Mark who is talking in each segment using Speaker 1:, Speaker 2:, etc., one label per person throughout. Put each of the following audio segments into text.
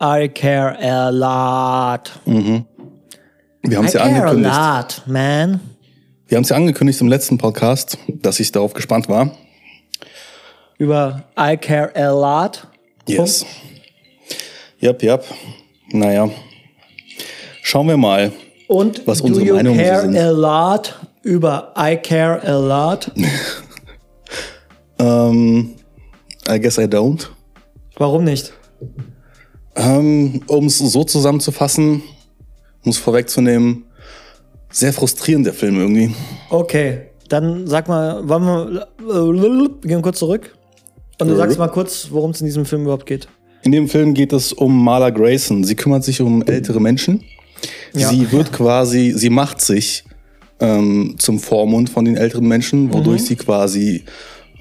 Speaker 1: I care a lot.
Speaker 2: Wir haben
Speaker 1: I
Speaker 2: es ja
Speaker 1: care a
Speaker 2: angekündigt.
Speaker 1: lot, man.
Speaker 2: Wir haben es ja angekündigt im letzten Podcast, dass ich darauf gespannt war.
Speaker 1: Über I care a lot.
Speaker 2: Yes. Yep, yep. Naja. Schauen wir mal.
Speaker 1: Und
Speaker 2: Was
Speaker 1: do
Speaker 2: unsere
Speaker 1: you
Speaker 2: Meinungen so
Speaker 1: care
Speaker 2: sind.
Speaker 1: a lot über I care a lot?
Speaker 2: Ähm, I guess I don't.
Speaker 1: Warum nicht?
Speaker 2: Ähm, um es so zusammenzufassen, um es vorwegzunehmen, sehr frustrierend der Film irgendwie.
Speaker 1: Okay, dann sag mal, wollen wir, wir gehen kurz zurück. Und du sagst mal kurz, worum es in diesem Film überhaupt geht.
Speaker 2: In dem Film geht es um Marla Grayson. Sie kümmert sich um ältere Menschen.
Speaker 1: Ja.
Speaker 2: Sie wird quasi, sie macht sich ähm, zum Vormund von den älteren
Speaker 1: Mhm.
Speaker 2: Menschen, wodurch sie quasi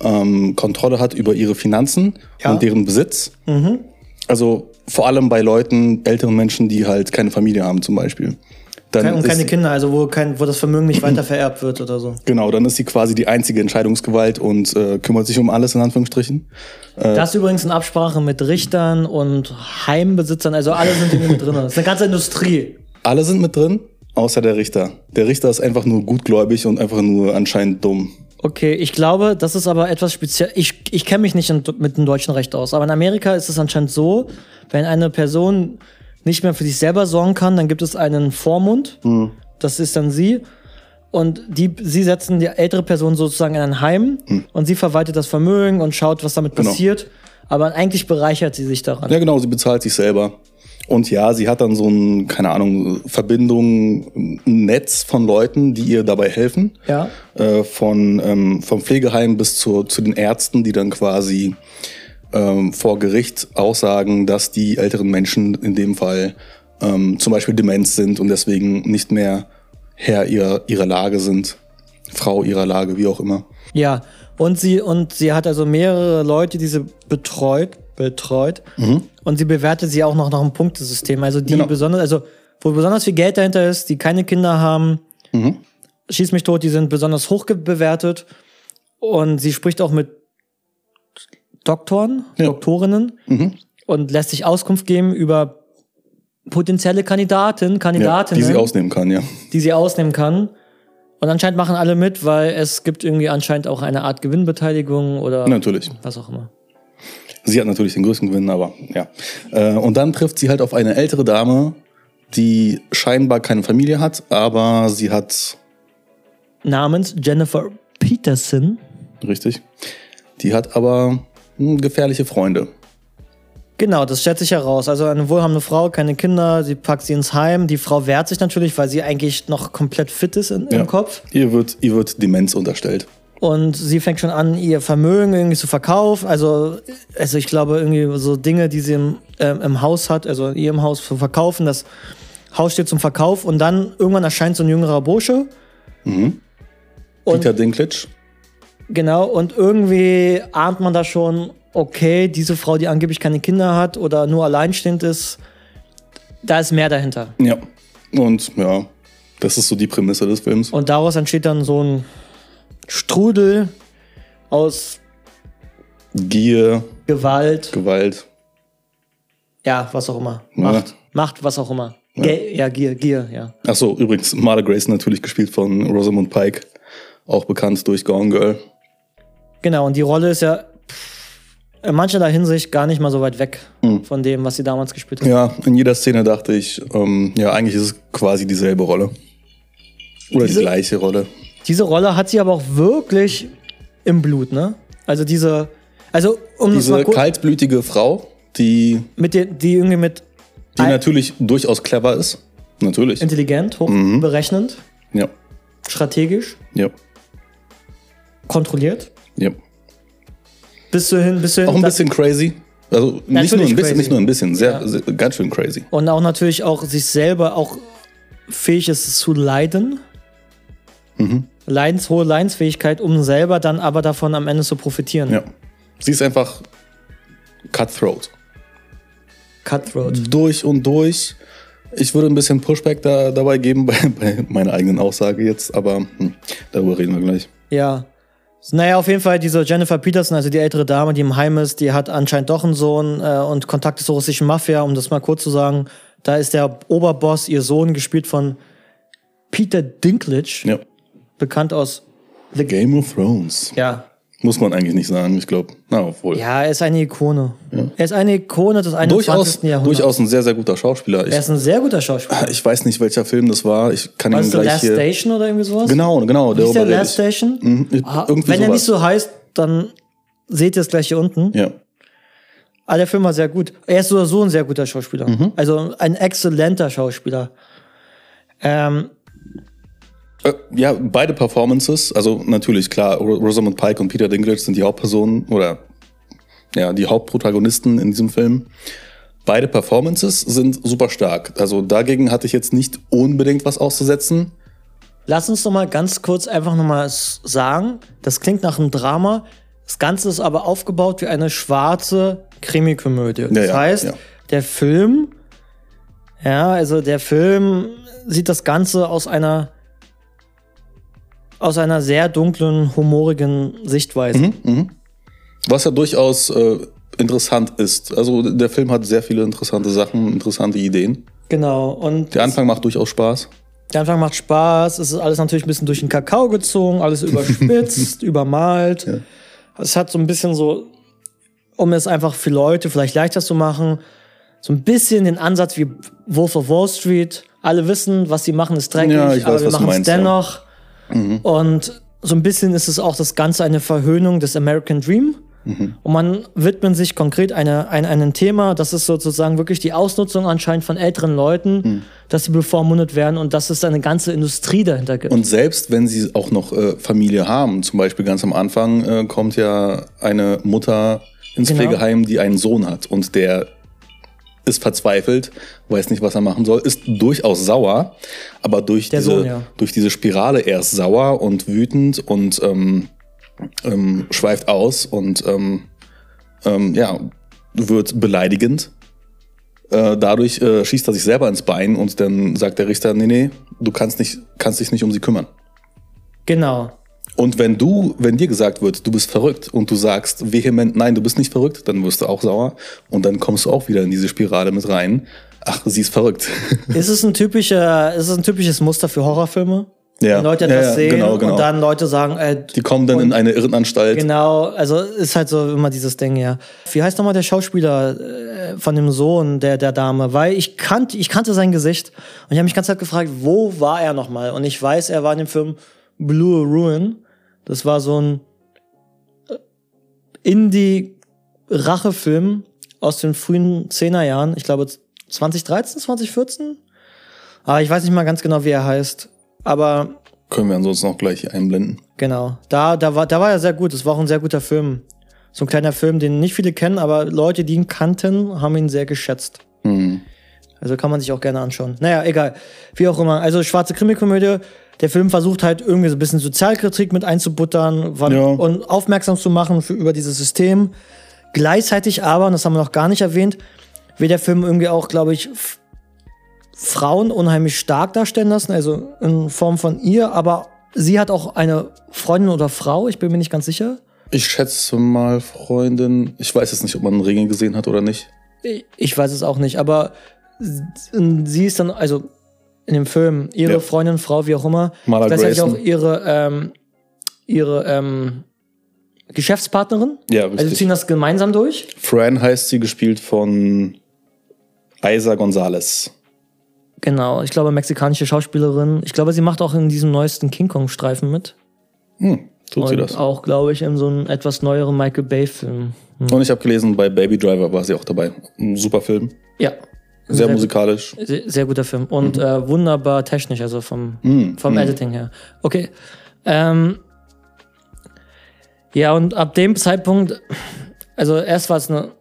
Speaker 2: ähm, Kontrolle hat über ihre Finanzen
Speaker 1: Ja. Mhm.
Speaker 2: und deren Besitz. Also vor allem bei Leuten, älteren Menschen, die halt keine Familie haben zum Beispiel. Dann
Speaker 1: Kein, und
Speaker 2: ist-
Speaker 1: keine Kinder, also wo, kein, wo das Vermögen nicht weiter vererbt wird oder so.
Speaker 2: Genau, dann ist sie quasi die einzige Entscheidungsgewalt und äh, kümmert sich um alles in Anführungsstrichen. Äh.
Speaker 1: Das ist übrigens in Absprache mit Richtern und Heimbesitzern, also alle sind irgendwie mit drin. Das ist eine ganze Industrie.
Speaker 2: Alle sind mit drin, außer der Richter. Der Richter ist einfach nur gutgläubig und einfach nur anscheinend dumm.
Speaker 1: Okay, ich glaube, das ist aber etwas speziell. Ich, ich kenne mich nicht in, mit dem deutschen Recht aus, aber in Amerika ist es anscheinend so, wenn eine Person nicht mehr für sich selber sorgen kann, dann gibt es einen Vormund, das ist dann sie. Und die, sie setzen die ältere Person sozusagen in ein Heim und sie verwaltet das Vermögen und schaut, was damit
Speaker 2: Genau.
Speaker 1: passiert. Aber eigentlich bereichert sie sich daran.
Speaker 2: Ja, genau, sie bezahlt sich selber. Und ja, sie hat dann so ein, keine Ahnung, Verbindung, ein Netz von Leuten, die ihr dabei helfen.
Speaker 1: Ja.
Speaker 2: Äh, von, ähm, vom Pflegeheim bis zu, zu den Ärzten, die dann quasi ähm, vor Gericht aussagen, dass die älteren Menschen in dem Fall ähm, zum Beispiel Demenz sind und deswegen nicht mehr Herr ihrer, ihrer Lage sind, Frau ihrer Lage, wie auch immer.
Speaker 1: Ja, und sie, und sie hat also mehrere Leute, die sie betreut, betreut. Und sie bewertet sie auch noch nach einem Punktesystem. Also die
Speaker 2: Mhm. Genau.
Speaker 1: besonders, also wo besonders viel Geld dahinter ist, die keine Kinder haben,
Speaker 2: Mhm.
Speaker 1: schieß mich tot, die sind besonders hoch ge- bewertet. Und sie spricht auch mit Doktoren,
Speaker 2: Ja. Mhm.
Speaker 1: Doktorinnen und lässt sich Auskunft geben über potenzielle Kandidaten,
Speaker 2: Ja,
Speaker 1: Kandidatinnen
Speaker 2: die sie ausnehmen kann, ja.
Speaker 1: die sie ausnehmen kann. Und anscheinend machen alle mit, weil es gibt irgendwie anscheinend auch eine Art Gewinnbeteiligung oder
Speaker 2: Natürlich.
Speaker 1: was auch immer.
Speaker 2: Sie hat natürlich den größten Gewinn, aber ja. Äh, und dann trifft sie halt auf eine ältere Dame, die scheinbar keine Familie hat, aber sie hat,
Speaker 1: Namens Jennifer Peterson.
Speaker 2: richtig, die hat aber hm, gefährliche Freunde.
Speaker 1: Genau, das schätze ich heraus. Also eine wohlhabende Frau, keine Kinder, sie packt sie ins Heim. Die Frau wehrt sich natürlich, weil sie eigentlich noch komplett fit ist in,
Speaker 2: Ja.
Speaker 1: im Kopf.
Speaker 2: Ihr wird, ihr wird Demenz unterstellt.
Speaker 1: Und sie fängt schon an, ihr Vermögen irgendwie zu verkaufen. Also, also ich glaube, irgendwie so Dinge, die sie im, ähm, im Haus hat, also in ihrem Haus zu verkaufen. Das Haus steht zum Verkauf und dann irgendwann erscheint so ein jüngerer Bursche. Und
Speaker 2: Peter Dinklage,
Speaker 1: genau, und irgendwie ahnt man da schon, okay, diese Frau, die angeblich keine Kinder hat oder nur alleinstehend ist, da ist mehr dahinter.
Speaker 2: ja. Und ja, das ist so die Prämisse des Films.
Speaker 1: Und daraus entsteht dann so ein Strudel aus
Speaker 2: Gier,
Speaker 1: Gewalt,
Speaker 2: Gewalt,
Speaker 1: Ja, was auch immer.
Speaker 2: Ja.
Speaker 1: Macht. Macht, was auch immer. Ja, ja Gier, Gier, ja.
Speaker 2: Ach so, übrigens, Marla Grayson natürlich gespielt von Rosamund Pike, auch bekannt durch Gone Girl.
Speaker 1: Genau, und die Rolle ist ja pff, in mancherlei Hinsicht gar nicht mal so weit weg von dem, was sie damals gespielt hat.
Speaker 2: Hm. Ja, in jeder Szene dachte ich, ähm, ja, eigentlich ist es quasi dieselbe Rolle. Oder
Speaker 1: Diese-
Speaker 2: die gleiche Rolle.
Speaker 1: Diese Rolle hat sie aber auch wirklich im Blut, ne? Also diese, also um das
Speaker 2: Diese
Speaker 1: mal kurz,
Speaker 2: kaltblütige Frau, die,
Speaker 1: mit der, die irgendwie mit
Speaker 2: die
Speaker 1: Ein-
Speaker 2: natürlich durchaus clever ist. Natürlich.
Speaker 1: intelligent,
Speaker 2: Mhm.
Speaker 1: hochberechnend,
Speaker 2: Ja,
Speaker 1: strategisch,
Speaker 2: ja,
Speaker 1: kontrolliert,
Speaker 2: kontrolliert. Ja.
Speaker 1: bis zu hin, bis zu hin
Speaker 2: Auch ein
Speaker 1: da-
Speaker 2: bisschen crazy. Also nicht nur
Speaker 1: Natürlich
Speaker 2: ein bisschen,
Speaker 1: crazy.
Speaker 2: nicht nur ein bisschen, sehr,
Speaker 1: Ja.
Speaker 2: sehr ganz schön crazy.
Speaker 1: und auch natürlich auch sich selber auch fähig ist zu leiden.
Speaker 2: Mhm.
Speaker 1: Leidens, hohe Leidensfähigkeit, um selber dann aber davon am Ende zu profitieren.
Speaker 2: Ja. Sie ist einfach cutthroat.
Speaker 1: Cutthroat.
Speaker 2: durch und durch. Ich würde ein bisschen Pushback da, dabei geben bei, bei meiner eigenen Aussage jetzt, aber hm, darüber reden wir gleich.
Speaker 1: Ja. Naja, auf jeden Fall diese Jennifer Peterson, also die ältere Dame, die im Heim ist, die hat anscheinend doch einen Sohn äh, und Kontakte zur russischen Mafia, um das mal kurz zu sagen. Da ist der Oberboss, ihr Sohn, gespielt von Peter Dinklage,
Speaker 2: Ja.
Speaker 1: bekannt aus The Game.
Speaker 2: Game of Thrones.
Speaker 1: Ja.
Speaker 2: Muss man eigentlich nicht sagen, ich glaube. Na, obwohl.
Speaker 1: Ja, er ist eine Ikone. Er ist eine Ikone des 21.
Speaker 2: durchaus,
Speaker 1: Jahrhunderts.
Speaker 2: durchaus ein sehr, sehr guter Schauspieler.
Speaker 1: Er
Speaker 2: Ich,
Speaker 1: ist ein sehr guter Schauspieler.
Speaker 2: ich weiß nicht, welcher Film das war. Ich kann
Speaker 1: War
Speaker 2: ihn
Speaker 1: es The
Speaker 2: gleich
Speaker 1: Last
Speaker 2: hier.
Speaker 1: Station oder irgendwie sowas?
Speaker 2: Genau, genau.
Speaker 1: Ist der
Speaker 2: darüber rede
Speaker 1: Last
Speaker 2: ich.
Speaker 1: Station?
Speaker 2: Mhm, ich-
Speaker 1: Ah,
Speaker 2: irgendwie
Speaker 1: Wenn er
Speaker 2: sowas.
Speaker 1: nicht so heißt, dann seht ihr es gleich hier unten.
Speaker 2: Ja.
Speaker 1: Ah, der Film war sehr gut. Er ist so oder so ein sehr guter Schauspieler.
Speaker 2: Mhm.
Speaker 1: Also ein exzellenter Schauspieler. Ähm,
Speaker 2: Äh, ja, beide Performances, also natürlich, klar, Ro- Rosamund Pike und Peter Dinklage sind die Hauptpersonen oder ja, die Hauptprotagonisten in diesem Film. Beide Performances sind super stark. Also dagegen hatte ich jetzt nicht unbedingt was auszusetzen.
Speaker 1: lass uns noch mal ganz kurz einfach noch mal s- sagen, das klingt nach einem Drama. Das Ganze ist aber aufgebaut wie eine schwarze Krimikomödie. das
Speaker 2: ja,
Speaker 1: heißt,
Speaker 2: ja.
Speaker 1: der Film, ja, also der Film sieht das Ganze aus einer aus einer sehr dunklen, humorigen Sichtweise.
Speaker 2: Mhm. Was ja durchaus äh, interessant ist. Also d- der Film hat sehr viele interessante Sachen, interessante Ideen.
Speaker 1: Genau. Und
Speaker 2: Der Anfang macht durchaus Spaß.
Speaker 1: Der Anfang macht Spaß, es ist alles natürlich ein bisschen durch den Kakao gezogen, alles überspitzt, übermalt. Es hat so ein bisschen so, um es einfach für Leute vielleicht leichter zu machen, so ein bisschen den Ansatz wie Wolf of Wall Street. Alle wissen, was sie machen, ist dreckig,
Speaker 2: Ja, ich weiß,
Speaker 1: aber wir
Speaker 2: was du
Speaker 1: machen es
Speaker 2: meinst, ja. Mhm.
Speaker 1: dennoch. Und so ein bisschen ist es auch das Ganze eine Verhöhnung des American Dream.
Speaker 2: Hm.
Speaker 1: Und man widmet sich konkret eine, ein, einem Thema, das ist sozusagen wirklich die Ausnutzung anscheinend von älteren Leuten,
Speaker 2: Hm.
Speaker 1: dass sie bevormundet werden und dass es eine ganze Industrie dahinter gibt.
Speaker 2: Und selbst wenn sie auch noch äh, Familie haben, zum Beispiel ganz am Anfang äh, kommt ja eine Mutter ins
Speaker 1: Genau.
Speaker 2: Pflegeheim, die einen Sohn hat und der ist verzweifelt, weiß nicht, was er machen soll, ist durchaus sauer, aber durch,
Speaker 1: Der
Speaker 2: diese,
Speaker 1: Sohn, ja.
Speaker 2: durch diese Spirale erst sauer und wütend und ähm, ähm, schweift aus und ähm, ähm, ja, wird beleidigend. Äh, dadurch äh, schießt er sich selber ins Bein und dann sagt der Richter, nee, nee, du kannst, nicht, kannst dich nicht um sie kümmern.
Speaker 1: genau.
Speaker 2: Und wenn du, wenn dir gesagt wird, du bist verrückt und du sagst vehement, nein, du bist nicht verrückt, dann wirst du auch sauer und dann kommst du auch wieder in diese Spirale mit rein. Ach, sie ist verrückt.
Speaker 1: Ist es ein typischer, ist es ein typisches Muster für Horrorfilme?
Speaker 2: Ja.
Speaker 1: Wenn Leute
Speaker 2: Ja,
Speaker 1: etwas
Speaker 2: ja,
Speaker 1: sehen
Speaker 2: genau, genau.
Speaker 1: und dann Leute sagen, äh,
Speaker 2: Die kommen dann in eine Irrenanstalt.
Speaker 1: genau, also ist halt so immer dieses Ding, ja. Wie heißt nochmal der Schauspieler äh, von dem Sohn der, der Dame? Weil ich kannte, ich kannte sein Gesicht und ich habe mich ganz halt gefragt, wo war er nochmal? Und ich weiß, er war in dem Film Blue Ruin. Das war so ein äh, Indie-Rachefilm aus den frühen 10er Jahren. Ich glaube 2013, 2014. Aber ich weiß nicht mal ganz genau, wie er heißt. Aber
Speaker 2: Können wir ansonsten auch gleich hier einblenden.
Speaker 1: Genau. Da, da, war, da war er sehr gut. Das war auch ein sehr guter Film. So ein kleiner Film, den nicht viele kennen, aber Leute, die ihn kannten, haben ihn sehr geschätzt.
Speaker 2: Hm.
Speaker 1: Also kann man sich auch gerne anschauen. Naja, egal. Wie auch immer. Also schwarze Krimikomödie. Der Film versucht halt irgendwie so ein bisschen Sozialkritik mit einzubuttern wann,
Speaker 2: Ja.
Speaker 1: und aufmerksam zu machen für, über dieses System. Gleichzeitig aber, und das haben wir noch gar nicht erwähnt, will der Film irgendwie auch, glaube ich, F- Frauen unheimlich stark darstellen lassen, also in Form von ihr, aber sie hat auch eine Freundin oder Frau, ich bin mir nicht ganz sicher.
Speaker 2: Ich schätze mal, Freundin, ich weiß jetzt nicht, ob man einen Ring gesehen hat oder nicht.
Speaker 1: Ich- Ich weiß es auch nicht, aber sie ist dann, also in dem Film, ihre
Speaker 2: Ja.
Speaker 1: Freundin, Frau, wie auch immer,
Speaker 2: Marla
Speaker 1: gleichzeitig auch
Speaker 2: Grayson.
Speaker 1: ihre, ähm, ihre ähm, Geschäftspartnerin.
Speaker 2: Ja,
Speaker 1: Also
Speaker 2: richtig.
Speaker 1: ziehen das gemeinsam durch.
Speaker 2: Fran heißt sie, gespielt von Isa Gonzalez.
Speaker 1: Genau, ich glaube, mexikanische Schauspielerin. Ich glaube, sie macht auch in diesem neuesten King Kong-Streifen mit.
Speaker 2: Hm, tut sie
Speaker 1: Und
Speaker 2: das.
Speaker 1: auch, glaube ich, in so einem etwas neueren Michael Bay-Film.
Speaker 2: Und ich habe gelesen, bei Baby Driver war sie auch dabei. Ein super Film.
Speaker 1: Ja.
Speaker 2: Sehr, musikalisch.
Speaker 1: Sehr, sehr guter Film und äh, wunderbar technisch, also vom, vom Editing her. Okay. Ähm, ja, und ab dem Zeitpunkt, also erst war es eine,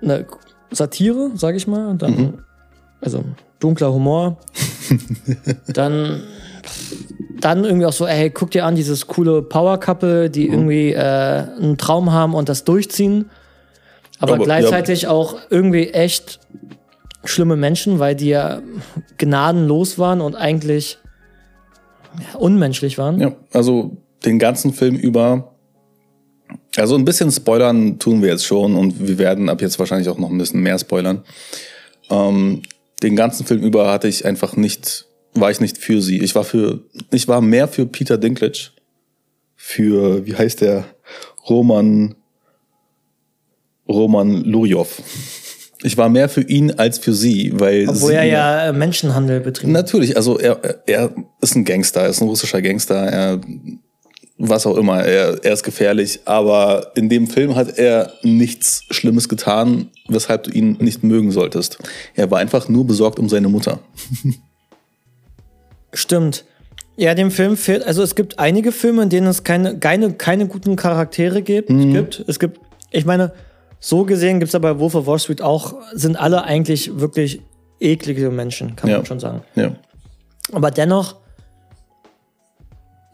Speaker 1: eine Satire, sag ich mal, und dann, also dunkler Humor. dann, dann irgendwie auch so, ey, guck dir an, dieses coole Power-Couple, die irgendwie äh, einen Traum haben und das durchziehen. Aber,
Speaker 2: Aber, ja.
Speaker 1: gleichzeitig auch irgendwie echt schlimme Menschen, weil die ja gnadenlos waren und eigentlich ja, unmenschlich waren.
Speaker 2: Ja, also den ganzen Film über. Also ein bisschen spoilern tun wir jetzt schon und wir werden ab jetzt wahrscheinlich auch noch ein bisschen mehr spoilern. Ähm, den ganzen Film über hatte ich einfach nicht, war ich nicht für sie. Ich war für, ich war mehr für Peter Dinklage, für, wie heißt der, Roman, Roman Lurjov. Ich war mehr für ihn als für sie, weil
Speaker 1: Obwohl
Speaker 2: sie
Speaker 1: er ja äh, Menschenhandel betrieben hat.
Speaker 2: Natürlich, also er, er ist ein Gangster, er ist ein russischer Gangster, er, was auch immer, er, er ist gefährlich, aber in dem Film hat er nichts Schlimmes getan, weshalb du ihn nicht mögen solltest. Er war einfach nur besorgt um seine Mutter.
Speaker 1: Stimmt. Ja, dem Film fehlt, also es gibt einige Filme, in denen es keine, keine, keine guten Charaktere gibt, gibt. Es gibt, ich meine, so gesehen gibt es aber Wolf of Wall Street auch, sind alle eigentlich wirklich eklige Menschen, kann
Speaker 2: Ja.
Speaker 1: man schon sagen.
Speaker 2: Ja.
Speaker 1: Aber dennoch,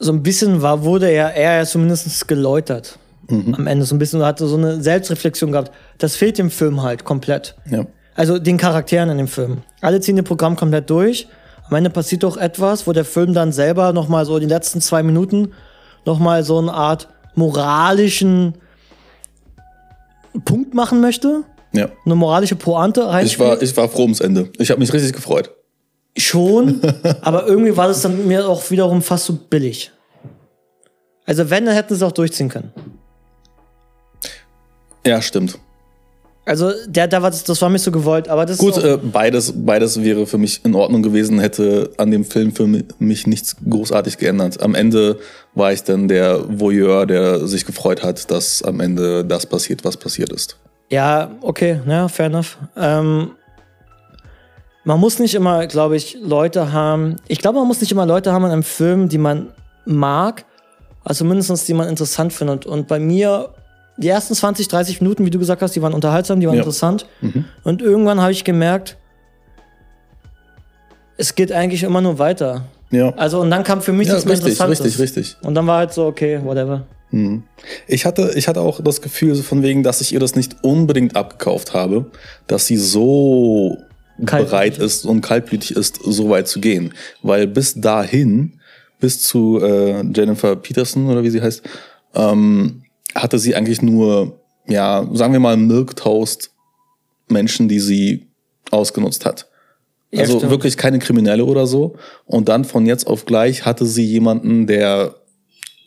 Speaker 1: so ein bisschen war, wurde er, er ja zumindest geläutert.
Speaker 2: Mhm.
Speaker 1: Am Ende so ein bisschen hatte so eine Selbstreflexion gehabt. Das fehlt dem Film halt komplett.
Speaker 2: Ja.
Speaker 1: Also den Charakteren in dem Film. Alle ziehen ihr Programm komplett durch. Am Ende passiert doch etwas, wo der Film dann selber nochmal so die letzten zwei Minuten nochmal so eine Art moralischen Punkt machen möchte.
Speaker 2: ja.
Speaker 1: Eine moralische Pointe
Speaker 2: Ich
Speaker 1: reinspielt.
Speaker 2: war, ich war froh ums Ende. Ich habe mich richtig gefreut.
Speaker 1: Schon, aber irgendwie war das dann mir auch wiederum fast so billig. Also wenn, dann hätten sie es auch durchziehen können.
Speaker 2: Ja, stimmt.
Speaker 1: Also der, da war das, das war mir so gewollt, aber das
Speaker 2: Gut,
Speaker 1: ist auch,
Speaker 2: äh, beides, beides wäre für mich in Ordnung gewesen, hätte an dem Film für mi- mich nichts großartig geändert. Am Ende war ich dann der Voyeur, der sich gefreut hat, dass am Ende das passiert, was passiert ist.
Speaker 1: ja okay, ja fair enough. Ähm, man muss nicht immer, glaube ich, Leute haben. Ich glaube, man muss nicht immer Leute haben in einem Film, die man mag, also mindestens die man interessant findet. Und bei mir die ersten 20, 30 Minuten, wie du gesagt hast, die waren unterhaltsam, die waren
Speaker 2: Ja. Mhm.
Speaker 1: interessant. Und irgendwann habe ich gemerkt, es geht eigentlich immer nur weiter.
Speaker 2: Ja,
Speaker 1: Also und dann kam für mich
Speaker 2: ja
Speaker 1: das mehr
Speaker 2: richtig,
Speaker 1: Interessantes.
Speaker 2: richtig, richtig.
Speaker 1: Und dann war halt so, okay, whatever.
Speaker 2: Ich hatte, ich hatte auch das Gefühl so von wegen, dass ich ihr das nicht unbedingt abgekauft habe, dass sie so
Speaker 1: Kaltblütig
Speaker 2: bereit ist und kaltblütig ist, so weit zu gehen. Weil bis dahin, bis zu äh, Jennifer Peterson oder wie sie heißt, ähm, hatte sie eigentlich nur, ja, sagen wir mal, Milquetoast Menschen, die sie ausgenutzt hat.
Speaker 1: Ja,
Speaker 2: also
Speaker 1: stimmt.
Speaker 2: wirklich keine Kriminelle oder so. Und dann von jetzt auf gleich hatte sie jemanden, der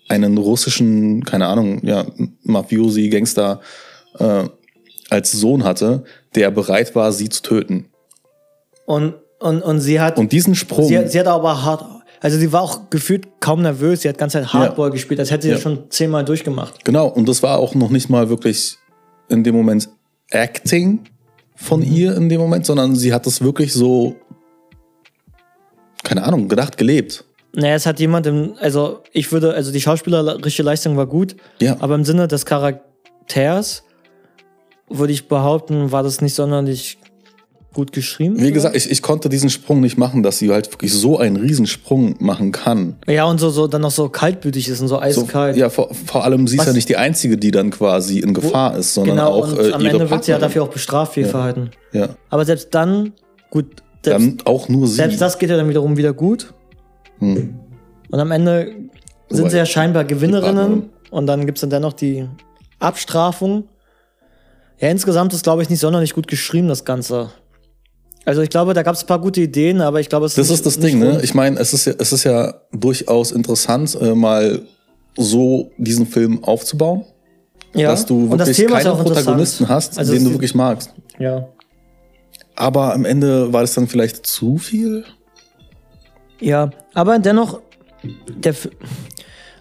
Speaker 2: einen russischen, keine Ahnung, ja, Mafiosi, Gangster äh, als Sohn hatte, der bereit war, sie zu töten.
Speaker 1: Und, und, und sie hat,
Speaker 2: Und diesen Sprung,
Speaker 1: sie, hat- sie hat aber hart, also sie war auch gefühlt kaum nervös. Sie hat ganze Zeit Hardball gespielt, als hätte sie
Speaker 2: Ja.
Speaker 1: das schon zehnmal durchgemacht.
Speaker 2: genau, und das war auch noch nicht mal wirklich in dem Moment Acting von
Speaker 1: Mhm.
Speaker 2: ihr in dem Moment, sondern sie hat es wirklich so, keine Ahnung, gedacht, gelebt.
Speaker 1: Naja, es hat jemand im, also ich würde, also die schauspielerische Leistung war gut,
Speaker 2: Ja.
Speaker 1: aber im Sinne des Charakters würde ich behaupten, war das nicht sonderlich gut geschrieben.
Speaker 2: Wie gesagt, ich, ich konnte diesen Sprung nicht machen, dass sie halt wirklich so einen Riesensprung machen kann.
Speaker 1: Ja, und so, so dann noch so kaltblütig ist und so
Speaker 2: So,
Speaker 1: eiskalt.
Speaker 2: ja, vor, vor allem sie ist
Speaker 1: Was-
Speaker 2: ja nicht die Einzige, die dann quasi in Gefahr ist, sondern
Speaker 1: genau,
Speaker 2: auch
Speaker 1: und
Speaker 2: äh,
Speaker 1: am
Speaker 2: ihre
Speaker 1: Ende wird sie ja
Speaker 2: Partnerin.
Speaker 1: dafür auch bestraft, für ihr Verhalten.
Speaker 2: Ja,
Speaker 1: Aber selbst dann, gut, selbst,
Speaker 2: dann auch nur sie.
Speaker 1: selbst das geht ja dann wiederum wieder gut.
Speaker 2: Hm.
Speaker 1: Und am Ende sind
Speaker 2: Wobei,
Speaker 1: sie ja scheinbar Gewinnerinnen.
Speaker 2: Partnerin.
Speaker 1: Und dann gibt's dann dennoch die Abstrafung. Ja, insgesamt ist, glaube ich, nicht sonderlich gut geschrieben, das Ganze. Also ich glaube, da gab's ein paar gute Ideen, aber ich glaube, es
Speaker 2: Das
Speaker 1: nicht-
Speaker 2: ist das
Speaker 1: nicht
Speaker 2: Ding, ne?
Speaker 1: rund.
Speaker 2: Ich meine, es ist ja, es ist ja durchaus interessant, äh, mal so diesen Film aufzubauen,
Speaker 1: ja.
Speaker 2: dass du
Speaker 1: Und das
Speaker 2: wirklich
Speaker 1: Thema ist
Speaker 2: keinen
Speaker 1: auch interessant.
Speaker 2: Protagonisten hast,
Speaker 1: Also
Speaker 2: den
Speaker 1: es-
Speaker 2: du wirklich magst.
Speaker 1: Ja.
Speaker 2: Aber am Ende war das dann vielleicht zu viel.
Speaker 1: Ja, aber dennoch, der Fi-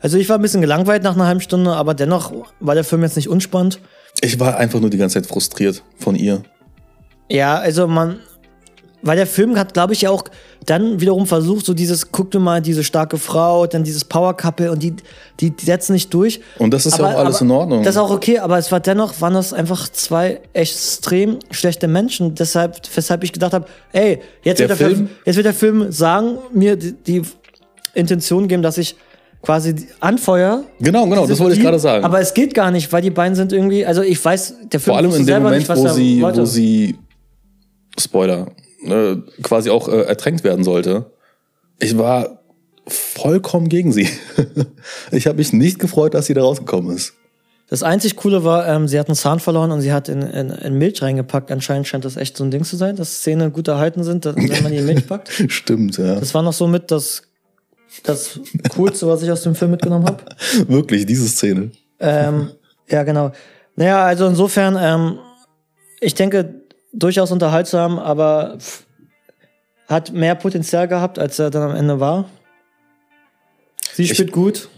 Speaker 1: also ich war ein bisschen gelangweilt nach einer halben Stunde, aber dennoch war der Film jetzt nicht unspannend.
Speaker 2: Ich war einfach nur die ganze Zeit frustriert von ihr.
Speaker 1: Ja, also man, weil der Film hat, glaube ich, ja auch dann wiederum versucht, so dieses, guck dir mal, diese starke Frau, dann dieses Power Couple und die, die, die setzen nicht durch.
Speaker 2: Und das ist ja auch alles in Ordnung.
Speaker 1: Das ist auch okay, aber es war dennoch, waren das einfach zwei extrem schlechte Menschen, deshalb, weshalb ich gedacht habe, ey, jetzt
Speaker 2: Der
Speaker 1: wird, der Film?
Speaker 2: Film-
Speaker 1: jetzt wird der Film sagen, mir die, die Intention geben, dass ich quasi die- anfeuer.
Speaker 2: Genau, genau, das wollte ich
Speaker 1: Also Die-
Speaker 2: gerade sagen.
Speaker 1: Aber es geht gar nicht, weil die beiden sind irgendwie, also ich weiß, der Film
Speaker 2: Vor allem
Speaker 1: wusste
Speaker 2: in dem
Speaker 1: selber
Speaker 2: Moment,
Speaker 1: nicht, was
Speaker 2: wo,
Speaker 1: er
Speaker 2: sie,
Speaker 1: wollte.
Speaker 2: wo sie, ne, Spoiler, äh, quasi auch äh, ertränkt werden sollte. Ich war vollkommen gegen sie. ich habe mich nicht gefreut, dass sie da rausgekommen ist.
Speaker 1: Das einzig Coole war, ähm, sie hat einen Zahn verloren und sie hat in, in, in Milch reingepackt. Anscheinend scheint das echt so ein Ding zu sein, dass Zähne gut erhalten sind, dass, wenn man die in Milch packt.
Speaker 2: Stimmt, ja.
Speaker 1: Das war noch so mit das, das Coolste, was ich aus dem Film mitgenommen habe.
Speaker 2: Wirklich, diese Szene.
Speaker 1: Ähm, ja, genau. Naja, also insofern, ähm, ich denke, durchaus unterhaltsam, aber pff, hat mehr Potenzial gehabt, als er dann am Ende war. Sie
Speaker 2: Ich-
Speaker 1: spielt gut.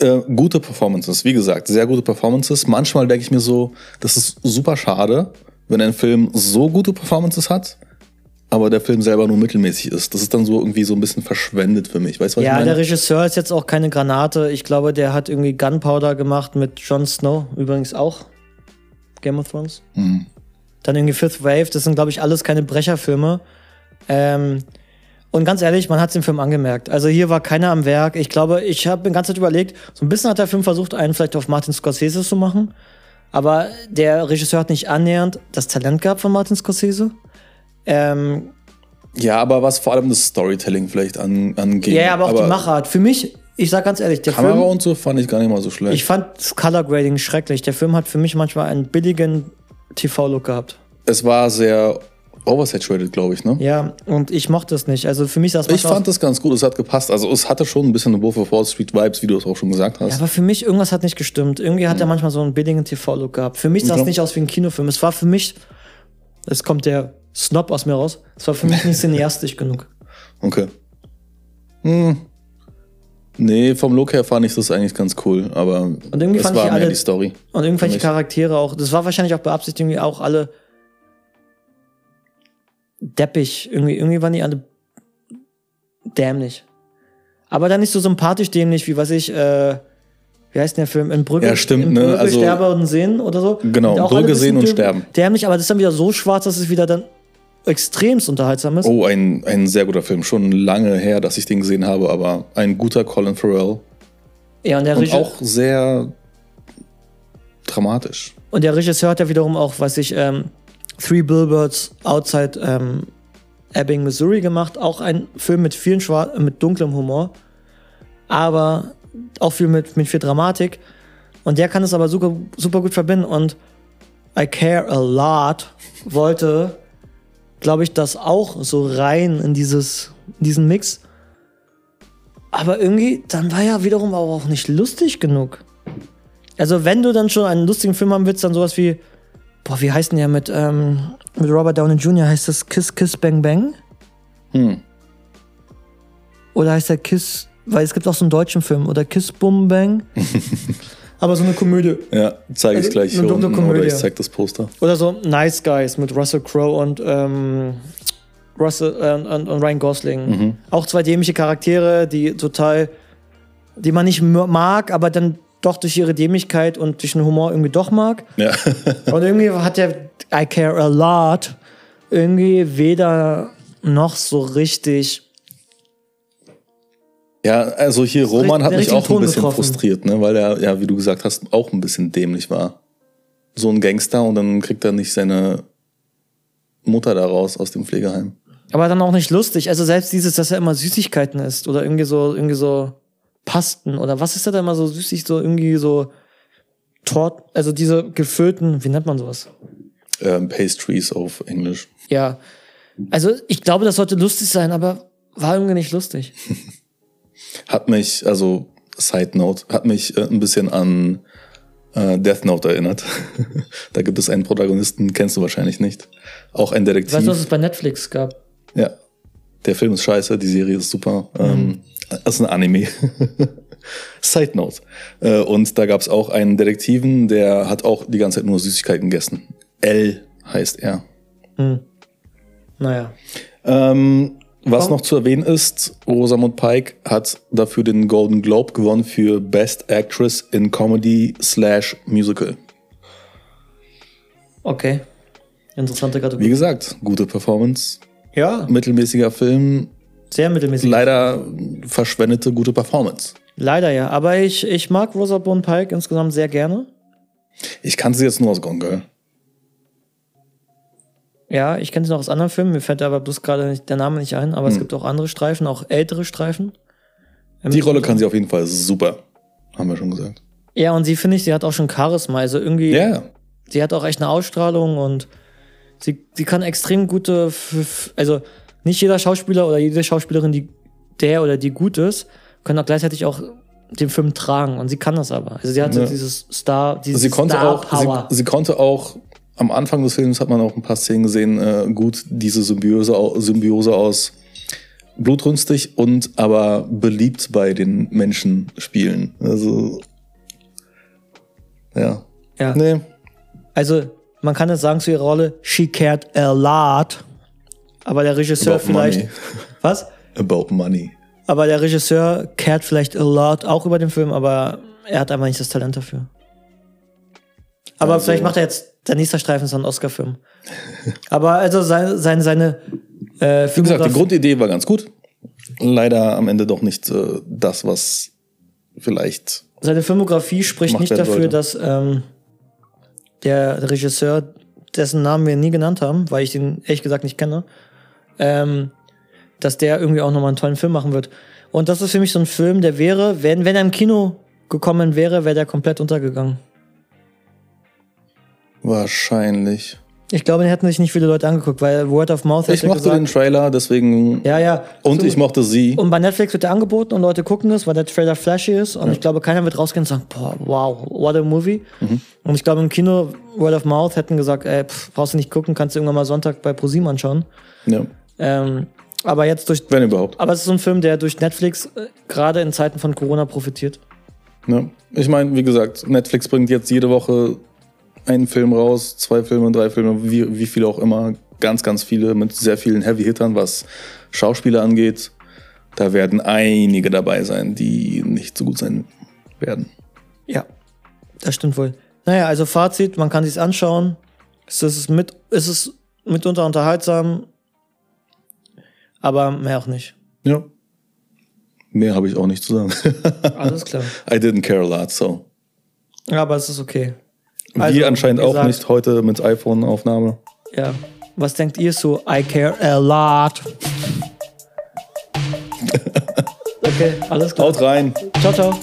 Speaker 2: Äh, gute Performances, wie gesagt, sehr gute Performances. Manchmal denke ich mir so, das ist super schade, wenn ein Film so gute Performances hat, aber der Film selber nur mittelmäßig ist. Das ist dann so irgendwie so ein bisschen verschwendet für mich. Weißt du, was
Speaker 1: Ja,
Speaker 2: ich
Speaker 1: der
Speaker 2: meine?
Speaker 1: Regisseur ist jetzt auch keine Granate. Ich glaube, der hat irgendwie Gunpowder gemacht mit Jon Snow, übrigens auch. Game of Thrones.
Speaker 2: Hm.
Speaker 1: Dann irgendwie Fifth Wave, das sind, glaube ich, alles keine Brecherfilme. Ähm, und ganz ehrlich, man hat den Film angemerkt. Also hier war keiner am Werk. Ich glaube, ich habe die ganze Zeit überlegt, so ein bisschen hat der Film versucht, einen vielleicht auf Martin Scorsese zu machen. Aber der Regisseur hat nicht annähernd das Talent gehabt von Martin Scorsese. Ähm,
Speaker 2: ja, aber was vor allem das Storytelling vielleicht an, angeht.
Speaker 1: Ja, ja, aber auch die Machart. Für mich, ich sag ganz ehrlich, der
Speaker 2: Kamera
Speaker 1: Film,
Speaker 2: und so fand ich gar nicht mal so schlecht.
Speaker 1: ich fand das Color Grading schrecklich. Der Film hat für mich manchmal einen billigen TV-Look gehabt.
Speaker 2: es war sehr oversaturated, glaube ich, ne?
Speaker 1: Ja, und ich mochte es nicht. Also für mich sah es
Speaker 2: Ich
Speaker 1: manchmal
Speaker 2: fand
Speaker 1: aus,
Speaker 2: das ganz gut, es hat gepasst. Also es hatte schon ein bisschen eine Wolf of Wall Street Vibes, wie du es Mhm. auch schon gesagt
Speaker 1: ja,
Speaker 2: hast.
Speaker 1: aber für mich irgendwas hat nicht gestimmt. Irgendwie hat er manchmal so einen billigen TV-Look gehabt. Für mich sah es
Speaker 2: Ja.
Speaker 1: nicht aus wie ein Kinofilm. Es war für mich, es kommt der Snob aus mir raus. Es war für mich nicht cineastisch genug.
Speaker 2: Okay. Hm. Nee, vom Look her fand ich das eigentlich ganz cool, aber
Speaker 1: Und irgendwie
Speaker 2: es
Speaker 1: fand
Speaker 2: war
Speaker 1: ich
Speaker 2: mehr
Speaker 1: alle-
Speaker 2: die Story.
Speaker 1: Und irgendwelche
Speaker 2: Nicht.
Speaker 1: Charaktere auch, das war wahrscheinlich auch beabsichtigt, irgendwie auch alle deppig. Irgendwie, irgendwie waren die alle dämlich. Aber dann nicht so sympathisch dämlich, wie weiß ich, äh, wie heißt denn der Film? In Brügge,
Speaker 2: Ja, stimmt,
Speaker 1: in
Speaker 2: ne,
Speaker 1: Brügge
Speaker 2: also-
Speaker 1: Sterbe und Sehen oder so.
Speaker 2: Genau,
Speaker 1: Und auch
Speaker 2: Brügge
Speaker 1: alle bisschen
Speaker 2: sehen und
Speaker 1: däm-
Speaker 2: sterben.
Speaker 1: Dämlich, aber das ist dann wieder so schwarz, dass es wieder dann extremst unterhaltsam ist.
Speaker 2: Oh, ein, ein sehr guter Film. Schon lange her, dass ich den gesehen habe, aber ein guter Colin Farrell.
Speaker 1: ja, und der,
Speaker 2: Und
Speaker 1: Regi
Speaker 2: auch sehr dramatisch.
Speaker 1: und der Regisseur hat ja wiederum auch, weiß ich, ähm, Three Billboards Outside ähm, Ebbing, Missouri gemacht. Auch ein Film mit vielen Schwar mit dunklem Humor, aber auch viel mit, mit viel Dramatik. Und der kann es aber super, super gut verbinden. Und I Care a Lot wollte, glaube ich, das auch so rein in dieses, in diesen Mix. Aber irgendwie, dann war ja wiederum aber auch nicht lustig genug. Also, wenn du dann schon einen lustigen Film haben willst, dann sowas wie, boah, wie heißt denn der mit, ähm, mit Robert Downey Jr. heißt das Kiss, Kiss, Bang, Bang?
Speaker 2: Hm.
Speaker 1: Oder heißt der Kiss, weil es gibt auch so einen deutschen Film, oder Kiss Bum Bang. Aber so eine Komödie.
Speaker 2: Ja, zeige ich
Speaker 1: Also,
Speaker 2: gleich
Speaker 1: eine
Speaker 2: hier
Speaker 1: dunkle
Speaker 2: unten, oder
Speaker 1: Komödie.
Speaker 2: ich zeig das Poster.
Speaker 1: Oder so Nice Guys mit Russell Crowe und, ähm, Russell, äh, und, und Ryan Gosling. Auch zwei dämliche Charaktere, die total, die man nicht m- mag, aber dann doch durch ihre Dämlichkeit und durch den Humor irgendwie doch mag.
Speaker 2: Ja.
Speaker 1: Und irgendwie hat der I Care a Lot irgendwie weder noch so richtig
Speaker 2: Ja, also hier Roman hat
Speaker 1: der
Speaker 2: mich
Speaker 1: richtige
Speaker 2: auch
Speaker 1: Ton
Speaker 2: ein bisschen
Speaker 1: getroffen.
Speaker 2: frustriert, ne? weil er, ja, wie du gesagt hast, auch ein bisschen dämlich war. So ein Gangster und dann kriegt er nicht seine Mutter da raus aus dem Pflegeheim.
Speaker 1: Aber dann auch nicht lustig. Also selbst dieses, dass er immer Süßigkeiten isst oder irgendwie so, irgendwie so Pasten oder was ist er da immer so süßig, so irgendwie so Tort, also diese gefüllten, wie nennt man sowas?
Speaker 2: Ähm, Pastries auf Englisch.
Speaker 1: Ja. Also ich glaube, das sollte lustig sein, aber war irgendwie nicht lustig.
Speaker 2: Hat mich, also Side Note, hat mich äh, ein bisschen an äh, Death Note erinnert. da gibt es einen Protagonisten, kennst du wahrscheinlich nicht. Auch ein
Speaker 1: Ich weiß, was es
Speaker 2: Detektiv.
Speaker 1: bei Netflix gab.
Speaker 2: Ja. Der Film ist scheiße, die Serie ist super. Ähm, das ist ein Anime. Side Note. Äh, und da gab es auch einen Detektiven, der hat auch die ganze Zeit nur Süßigkeiten gegessen. L heißt er.
Speaker 1: Naja.
Speaker 2: Ähm, was
Speaker 1: Komm.
Speaker 2: noch zu erwähnen ist, Rosamund Pike hat dafür den Golden Globe gewonnen für Best Actress in Comedy slash Musical.
Speaker 1: Okay. Interessante
Speaker 2: Wie
Speaker 1: Kategorie.
Speaker 2: gesagt, gute Performance,
Speaker 1: Ja,
Speaker 2: mittelmäßiger Film,
Speaker 1: sehr mittelmäßig.
Speaker 2: leider verschwendete gute Performance.
Speaker 1: Leider ja. Aber ich, ich mag Rosamund Pike insgesamt sehr gerne.
Speaker 2: Ich kannte sie jetzt nur aus Gone Girl.
Speaker 1: Ja, ich kenne sie noch aus anderen Filmen, mir fällt aber bloß gerade nicht, der Name nicht ein, aber es gibt auch andere Streifen, Ähm, auch ältere Streifen.
Speaker 2: Hm. Die Rolle kann sie auf jeden Fall super, haben wir schon gesagt.
Speaker 1: Ja, und sie finde ich, sie hat auch schon Charisma. Also irgendwie,
Speaker 2: Ja, ja.
Speaker 1: sie hat auch echt eine Ausstrahlung und sie, sie kann extrem gute, f- f- also nicht jeder Schauspieler oder jede Schauspielerin, die der oder die gut ist, können auch gleichzeitig auch den Film tragen. Und sie kann das aber. Also sie hat so
Speaker 2: Ja.
Speaker 1: dieses Star, dieses
Speaker 2: Sie konnte
Speaker 1: Star
Speaker 2: auch, sie, sie konnte auch am Anfang des Films hat man auch ein paar Szenen gesehen, äh, gut diese Symbiose, au- Symbiose aus blutrünstig und aber beliebt bei den Menschen spielen. Also ja,
Speaker 1: ja.
Speaker 2: nee,
Speaker 1: Also, man kann jetzt sagen zu ihrer Rolle, she cared a lot. Aber der Regisseur
Speaker 2: About
Speaker 1: vielleicht.
Speaker 2: money.
Speaker 1: Was?
Speaker 2: about money.
Speaker 1: Aber der Regisseur cared vielleicht a lot auch über den Film, aber er hat einfach nicht das Talent dafür. Aber
Speaker 2: Also-
Speaker 1: vielleicht macht er jetzt, der nächste Streifen ist dann ein Oscar-Film. aber also sein, sein, seine äh,
Speaker 2: Wie gesagt, die
Speaker 1: Filmografie-
Speaker 2: Grundidee war ganz gut. Leider am Ende doch nicht äh, das, was vielleicht
Speaker 1: seine Filmografie spricht
Speaker 2: gemacht
Speaker 1: nicht
Speaker 2: werden
Speaker 1: dafür,
Speaker 2: sollte.
Speaker 1: dass ähm, der Regisseur, dessen Namen wir nie genannt haben, weil ich den ehrlich gesagt nicht kenne, ähm, dass der irgendwie auch nochmal einen tollen Film machen wird. Und das ist für mich so ein Film, der wäre, wenn, wenn er im Kino gekommen wäre, wäre der komplett untergegangen.
Speaker 2: wahrscheinlich.
Speaker 1: Ich glaube, den hätten sich nicht viele Leute angeguckt, weil Word of Mouth
Speaker 2: Ich
Speaker 1: hätte
Speaker 2: mochte den
Speaker 1: gesagt,
Speaker 2: Trailer, deswegen.
Speaker 1: ja, ja.
Speaker 2: Und
Speaker 1: So-
Speaker 2: ich mochte sie.
Speaker 1: Und bei Netflix wird der angeboten und Leute gucken es, weil der Trailer flashy ist. Und ich glaube, keiner wird rausgehen und sagen, boah, wow, what a movie. Und ich glaube, im Kino, Word of Mouth, hätten gesagt, ey, pff, brauchst du nicht gucken, kannst du irgendwann mal Sonntag bei ProSieben anschauen.
Speaker 2: Ja.
Speaker 1: Ähm, aber jetzt durch,
Speaker 2: Wenn überhaupt.
Speaker 1: aber es ist so ein Film, der durch Netflix äh, gerade in Zeiten von Corona profitiert.
Speaker 2: Ja. Ich meine, wie gesagt, Netflix bringt jetzt jede Woche einen Film raus, zwei Filme, drei Filme, wie, wie viele auch immer. Ganz, ganz viele mit sehr vielen Heavy-Hittern, was Schauspieler angeht. Da werden einige dabei sein, die nicht so gut sein werden.
Speaker 1: Ja, das stimmt wohl. Naja, also Fazit, man kann sich's anschauen. Es ist, mit, es ist mitunter unterhaltsam, aber mehr auch nicht.
Speaker 2: Ja. Mehr habe ich auch nicht zu sagen.
Speaker 1: Alles klar.
Speaker 2: I didn't care a lot, so.
Speaker 1: Ja, aber es ist okay. Also,
Speaker 2: Wir anscheinend
Speaker 1: wie
Speaker 2: auch
Speaker 1: gesagt,
Speaker 2: nicht heute mit iPhone-Aufnahme.
Speaker 1: Ja. Was denkt ihr so? I care a lot. Okay, alles klar.
Speaker 2: Haut rein!
Speaker 1: Ciao, ciao.